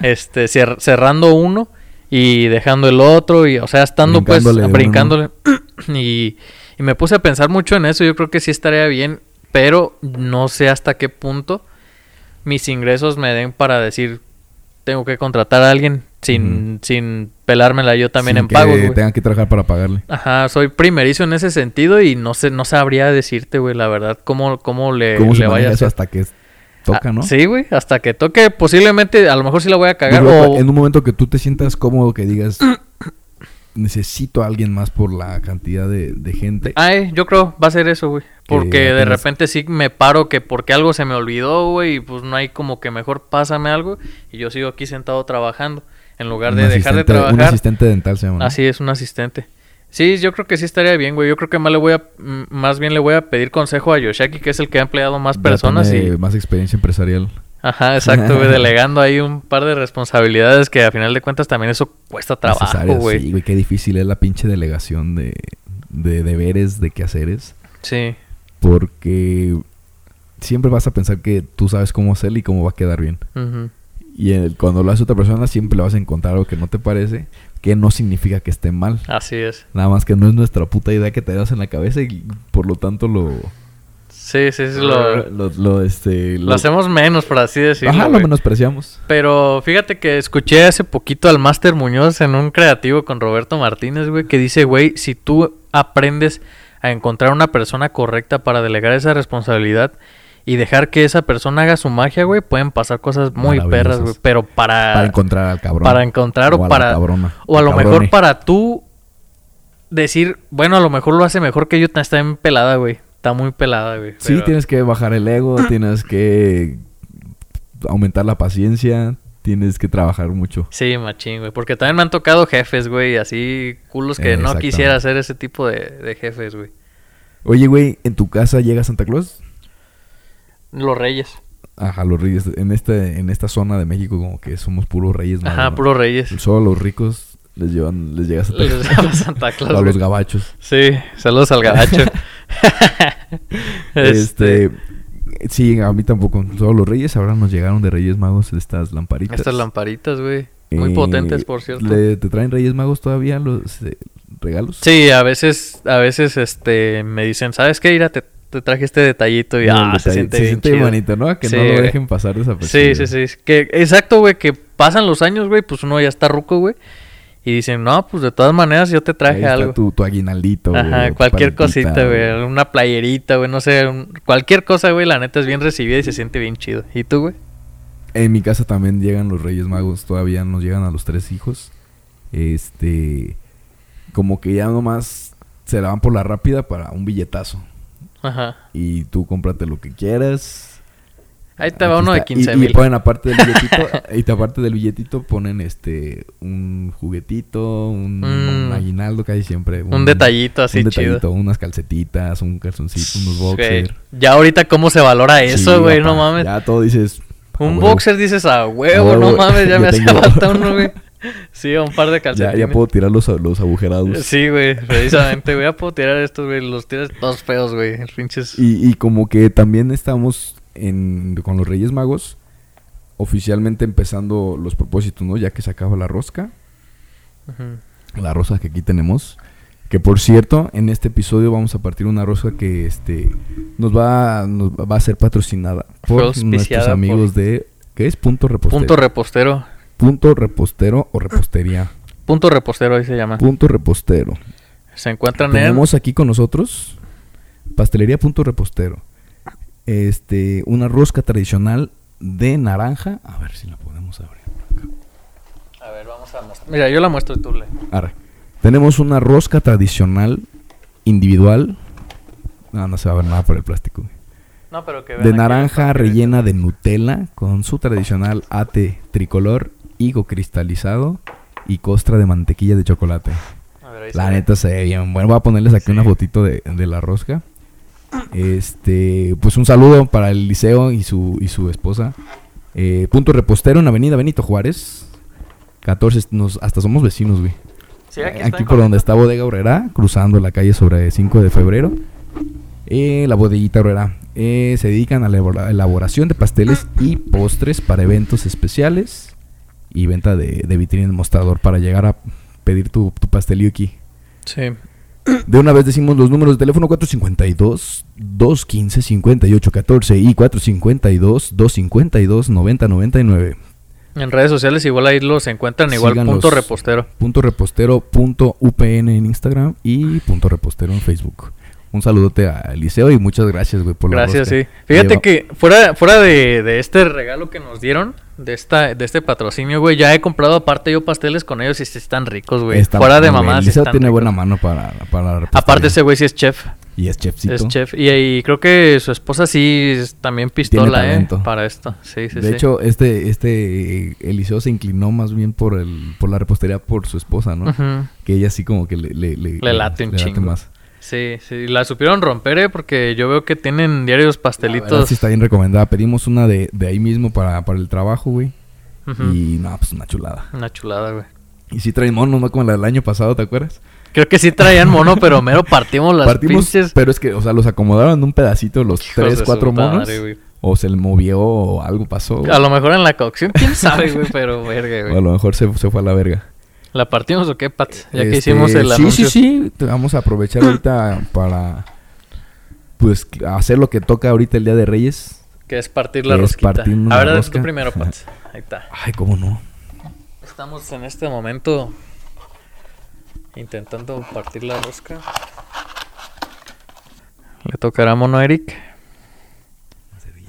este cer- cerrando uno y dejando el otro y, o sea, estando
Brincándole
pues
uno,
brincándole. y, y me puse a pensar mucho en eso, yo creo que sí estaría bien, pero no sé hasta qué punto mis ingresos me den para decir, tengo que contratar a alguien sin, sin pelármela yo también
Sin
en pago.
Que
güey.
tengan que trabajar para pagarle.
Ajá, soy primerizo en ese sentido y no sé, no sabría decirte, güey, la verdad, cómo, cómo le,
¿Cómo se
Eh, le vaya
maneja
a
eso
hacer.
hasta que toca,
Ah,
no?
Sí, güey, hasta que toque, posiblemente, a lo mejor sí la voy a cagar
Yo creo
o...
que En un momento que tú te sientas cómodo, que digas, necesito a alguien más por la cantidad de, de gente.
Ay, yo creo va a ser eso, güey. Porque de
apenas-
repente sí me paro que porque algo se me olvidó, güey, y pues no hay como que mejor pásame algo y yo sigo aquí sentado trabajando en lugar
Un
de dejar de
asistente- Un
trabajar.
asistente dental se llama. ¿no?
Así es, un asistente. Sí, yo creo que sí estaría bien, güey. Yo creo que más le voy a m- más bien le voy a pedir consejo a Yoshaki, que es el que ha empleado más
Ya
personas y
tiene Más experiencia empresarial.
Ajá, exacto, güey, delegando ahí un par de responsabilidades que a final de cuentas también eso cuesta trabajo,
Necesarias,
güey.
Sí, güey, qué difícil es la pinche delegación de, de deberes, de quehaceres.
sí.
Porque siempre vas a pensar que tú sabes cómo hacerlo y cómo va a quedar bien.
ujú.
Y el- cuando lo hace otra persona, siempre le vas a encontrar algo que no te parece, que no significa que esté mal.
Así es.
Nada más que no es nuestra puta idea que tenemos en la cabeza y por lo tanto lo.
Sí, sí, sí, lo,
lo, lo, este,
lo hacemos menos, por así decirlo.
Ajá, lo
güey.
menospreciamos.
Pero fíjate que escuché hace poquito al Master Muñoz en un creativo con Roberto Martínez, güey, que dice, güey, si tú aprendes a encontrar una persona correcta para delegar esa responsabilidad y dejar que esa persona haga su magia, güey, pueden pasar cosas muy perras,
Maravillosas.
güey, pero para...
Para encontrar al cabrón.
Ah, para encontrar o,
a la
para...
cabrona,
O a lo
cabrone.
mejor para tú decir, bueno, a lo mejor lo hace mejor que yo, está bien pelada, güey. Está muy pelada, güey.
Sí,
pero-
tienes que bajar el ego, tienes que aumentar la paciencia, tienes que trabajar mucho.
Sí, machín, güey. Porque también me han tocado jefes, güey. Así culos que
Eh,
no
exactamente.
quisiera ser ese tipo de, de jefes, güey.
Oye, güey, ¿en tu casa llega Santa Claus?
Los reyes.
Ajá, los reyes. En, este, en esta zona de México como que somos puros reyes. nada
Ajá,
más.
puros reyes.
Solo a los ricos les, llevan, les llega Santa
Les
Claus.
llama Santa
O
Claus.
a los
güey.
gabachos.
Sí, saludos al gabacho.
Este... Sí, a mí tampoco. Solo los reyes. Ahora nos llegaron de reyes magos estas lamparitas.
Estas lamparitas, güey. Muy
Eh,
potentes, por cierto.
¿le- ¿Te traen reyes magos todavía los eh, regalos?
Sí, a veces, a veces, este, me dicen, ¿sabes qué? Ira, te, te traje este detallito y,
No,
ah,
el
se
detalle-
siente bien chido".
bonito, ¿no? Que
Sí,
no lo
güey.
dejen pasar
Sí,
desapercibido.
sí, sí. Que, exacto, güey, que pasan los años, güey, pues uno ya está ruco, güey. Y dicen, no, pues de todas maneras yo te
Ahí
traje
está
algo.
Tu, tu aguinaldito,
Ajá,
güey, tu
cualquier
paletita,
cosita, güey. Una playerita, güey, no sé. un- Cualquier cosa, güey, la neta es bien recibida y se siente bien chido. ¿Y tú, güey?
En mi casa también llegan los Reyes Magos, todavía nos llegan a los tres hijos. Este. Como que ya nomás se la van por la rápida para un billetazo.
Ajá.
Y tú cómprate lo que quieras.
Ahí te va
Aquí
uno de
está. Y-
15
y,
mil.
ponen aparte del billetito, y te- aparte del billetito ponen este un juguetito, un,
Mm.
un aguinaldo casi siempre.
Un detallito así
un
chido.
detallito, unas calcetitas, un calzoncito, unos
Güey,
boxers.
Ya ahorita cómo se valora
Sí,
eso, güey,
papá,
no mames.
Ya todo dices. a
Un
huevo,
boxer dices a huevo,
A huevo,
no mames, ya
ya
me hace
tengo.
falta uno, güey. Sí, un par de
Ya,
calcetines.
ya puedo tirar los, los agujerados.
Sí, güey, precisamente, güey, ya puedo tirar estos, güey, los tiras todos feos, güey, pinches.
Y, y como que también estamos en, con los Reyes Magos, oficialmente empezando los propósitos, ¿no? Ya que se acaba la rosca,
Ujú.
la rosa que aquí tenemos. Que por cierto, en este episodio vamos a partir una rosa que este nos va, nos va a ser patrocinada
Fue
por
auspiciada
nuestros amigos de. ¿Qué es? Punto repostero.
Punto repostero.
Punto repostero o repostería.
Punto repostero, ahí se llama.
Punto repostero.
Se encuentran en...
Tenemos aquí con nosotros Pastelería Punto Repostero. Este, una rosca tradicional de naranja. A ver si la podemos abrir.
A ver, vamos a mostrar. Mira, yo la muestro y tú le.
Arre. Tenemos una rosca tradicional individual. No, no se va a ver nada por el plástico. güey.
No, pero que vean
De
aquí
naranja
los papeles.
rellena de Nutella con su tradicional ate tricolor, higo cristalizado y costra de mantequilla de chocolate.
A ver, ahí
La
se ve.
neta se ve bien. Bueno, voy a ponerles aquí
Sí.
una fotito de, de la rosca. Este, pues un saludo para el liceo y su, y su esposa. Eh, punto repostero en Avenida Benito Juárez. 14, nos, hasta somos vecinos, güey.
Sí,
aquí
está en
por donde está Bodega Obrera, cruzando la calle sobre 5 de febrero. Eh, la bodeguita Obrera. Eh, se dedican a la elabora- elaboración de pasteles y postres para eventos especiales y venta de, de vitrina en mostrador para llegar a pedir tu, tu pastelillo aquí.
Sí.
De una vez decimos los números de teléfono 452-215-5814 y 452-252-9099.
En redes sociales igual ahí los encuentran igual
Síganlos.
punto repostero.
Punto repostero punto UPN en Instagram y punto repostero en Facebook. Un saludote a Eliseo y muchas gracias, güey, por la
Gracias,
rosca.
sí. Fíjate
Lleva-
que fuera, fuera de, de este regalo que nos dieron, de esta, de este patrocinio, güey, ya he comprado aparte yo pasteles con ellos y sí están ricos, güey.
está
fuera de
bueno, güey.
mamás. sí
Eliseo
están
tiene
ricos.
buena mano para, para la repostería.
Aparte ese güey sí es chef.
Y es chefcito.
Es chef. Y, y creo que su esposa sí es también pistola, ¿eh?
talento.
Para esto. Sí, sí,
de
sí.
hecho, este, este eh, Eliseo se inclinó más bien por el, por la repostería por su esposa, ¿no?
Ujú.
Que ella sí como que le, le, le,
Le late un chingo.
más.
Sí, sí. La supieron romper, ¿eh? Porque yo veo que tienen diarios
La verdad
pastelitos.
sí está bien recomendada. Pedimos una de, de ahí mismo para, para el trabajo, güey.
Ujú.
Y no, pues una chulada.
Una chulada, güey.
Y sí trae monos, ¿no? Como la del año pasado, ¿te acuerdas?
Creo que sí traían mono, pero mero partimos las
Partimos,
pinches.
pero es que, o sea, los acomodaron en un pedacito los
Hijos de
tres,
su
cuatro monos.
madre, güey.
o se le movió o algo pasó. güey.
A lo mejor en la cocción, quién sabe, güey, pero verga,
O a
güey.
lo mejor se, se fue a la verga.
¿La partimos o qué, Pat? Ya que
Este,
hicimos el
sí,
anuncio.
Sí, sí, Te Vamos a aprovechar ahorita para, pues, hacer lo que toca ahorita el Día de Reyes.
Que es partir la
Es
rosquita.
partir una
a ver, haz
rosca.
tú primero, Pat. Ahí está.
Ay, cómo no.
Estamos en este momento intentando partir la rosca. ¿Le tocará a mono a Eric?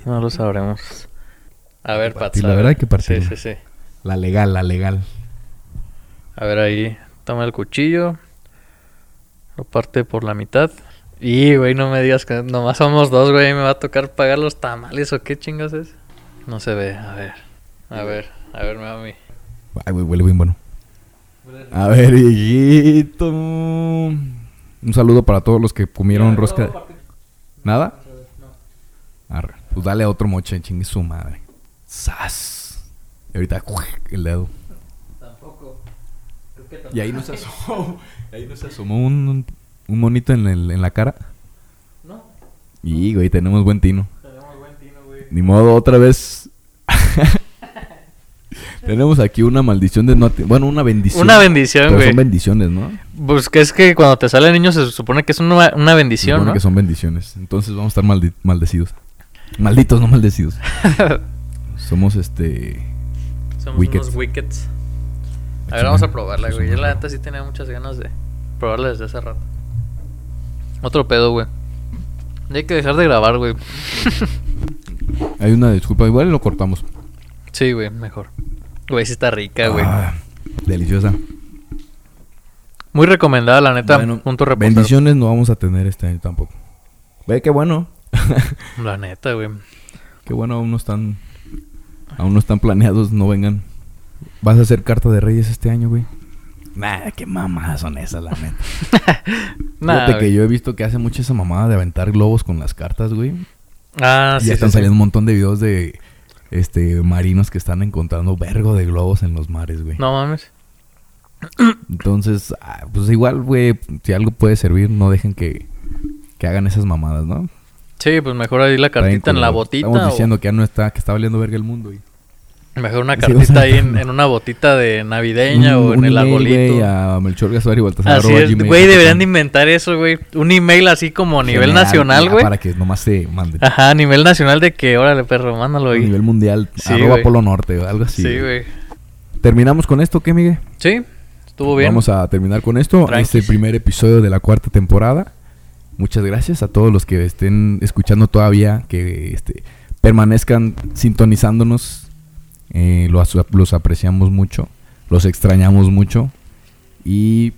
No lo sabremos. A ver, Pat.
partirla,
a ver.
¿verdad? Hay que partirla.
Sí, sí, sí.
La legal, la legal.
A ver ahí, toma el cuchillo. Lo parte por la mitad. Y, güey, no me digas que nomás somos dos, güey. Me va a tocar pagar los tamales o qué chingas es. No se ve, a ver. A ver, a ver, mami.
Ay, güey, huele bien bueno. A ver, hijito. Un saludo para todos los que comieron rosca. ¿Nada? Arre. Pues dale a otro moche, chingue su madre. ¡Sas! Y ahorita, el dedo.
Tampoco.
Y ahí no se asomó. y ahí no se asomó un, un monito en, el- en la cara.
No,
Y, güey, tenemos buen tino.
tenemos buen tino, güey.
Ni modo, otra vez. tenemos aquí una maldición de no... ati- Bueno, una bendición.
Una bendición,
Pero
güey.
son bendiciones, ¿no? Se
Pues que es que cuando te sale niño se supone que es una, una bendición,
supone
¿no?
que son bendiciones. Entonces vamos a estar maldi- maldecidos. Malditos, no maldecidos. Somos este...
Somos
Wickets.
unos wickets. A
Ah,
ver, vamos a
chinga.
probarla,
Eso
güey.
no
Yo
lo
la
probé.
neta sí tenía muchas ganas de probarla desde hace rato. Otro pedo, güey. Ya hay que dejar de grabar, güey.
Hay una disculpa. Igual lo cortamos.
Sí, güey, mejor. Güey, sí está rica, güey.
Ah, deliciosa.
Muy recomendada, la neta.
Bueno,
punto reportero.
bendiciones no vamos a tener este año tampoco. Ve, qué bueno.
La neta, güey.
Qué bueno, aún no están. Aún no están planeados, no vengan. ¿Vas a hacer carta de reyes este año, güey? Nah, qué mamadas son esas, la neta.
Nah,
Fíjate que
güey.
yo he visto que hace mucho esa mamada de aventar globos con las cartas, güey.
Ah,
ya
sí.
están
sí, sí.
saliendo un montón de videos de este marinos que están encontrando vergo de globos en los mares, güey.
No mames.
Entonces, ah, pues igual, güey, si algo puede servir, no dejen que, que hagan esas mamadas, ¿no?
Sí, pues mejor ahí la
Está bien
cartita en la
culero.
botita.
Estamos
o
diciendo que ya no está, que está valiendo verga el mundo, güey.
Mejor una
Sí,
cartita
o sea,
ahí en, en una botita de navideña
Un-
o en
un
el
email, güey,
arbolito.
a Melchor Gaspar y Baltasar.
Así
arroba
es,
gmail
güey,
punto com.
deberían de inventar eso, güey. Un email así como a nivel
General,
nacional,
ya,
güey.
ah,
Ah,
Para que nomás se mande.
Ajá, a nivel nacional de que, órale, perro, mándalo,
a
güey.
nivel mundial.
Sí,
arroba
güey.
Polo Norte o algo así.
Sí, güey.
¿Terminamos con esto, qué, Miguel?
Sí, estuvo bien.
Vamos a terminar con esto.
Tranquis.
Este primer episodio de la cuarta temporada. Muchas gracias a todos los que estén escuchando todavía, que este, permanezcan sintonizándonos. Eh, lo as- los apreciamos mucho, los extrañamos mucho y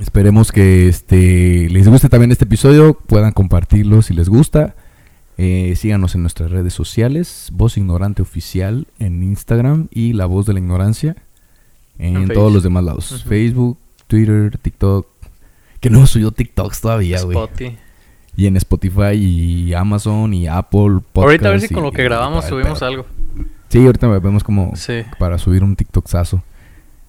esperemos que este, les guste también este episodio, puedan compartirlo si les gusta. Eh, síganos en nuestras redes sociales, Voz Ignorante Oficial en Instagram y La Voz de la Ignorancia en,
En
todos
Face.
los demás lados.
Ujú.
Facebook, Twitter, TikTok. Que no subió TikToks todavía, güey.
Spotty.
Y en Spotify y Amazon y Apple
Ahorita a ver
Podcasts
si con
y-
lo que
y
grabamos
todo el
subimos
pedo.
algo.
Sí, ahorita vemos cómo
Sí.
para subir un TikToksazo.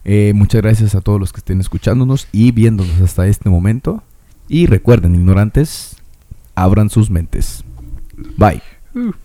Eh, muchas gracias a todos los que estén escuchándonos y viéndonos hasta este momento. Y recuerden, ignorantes, abran sus mentes. Bye.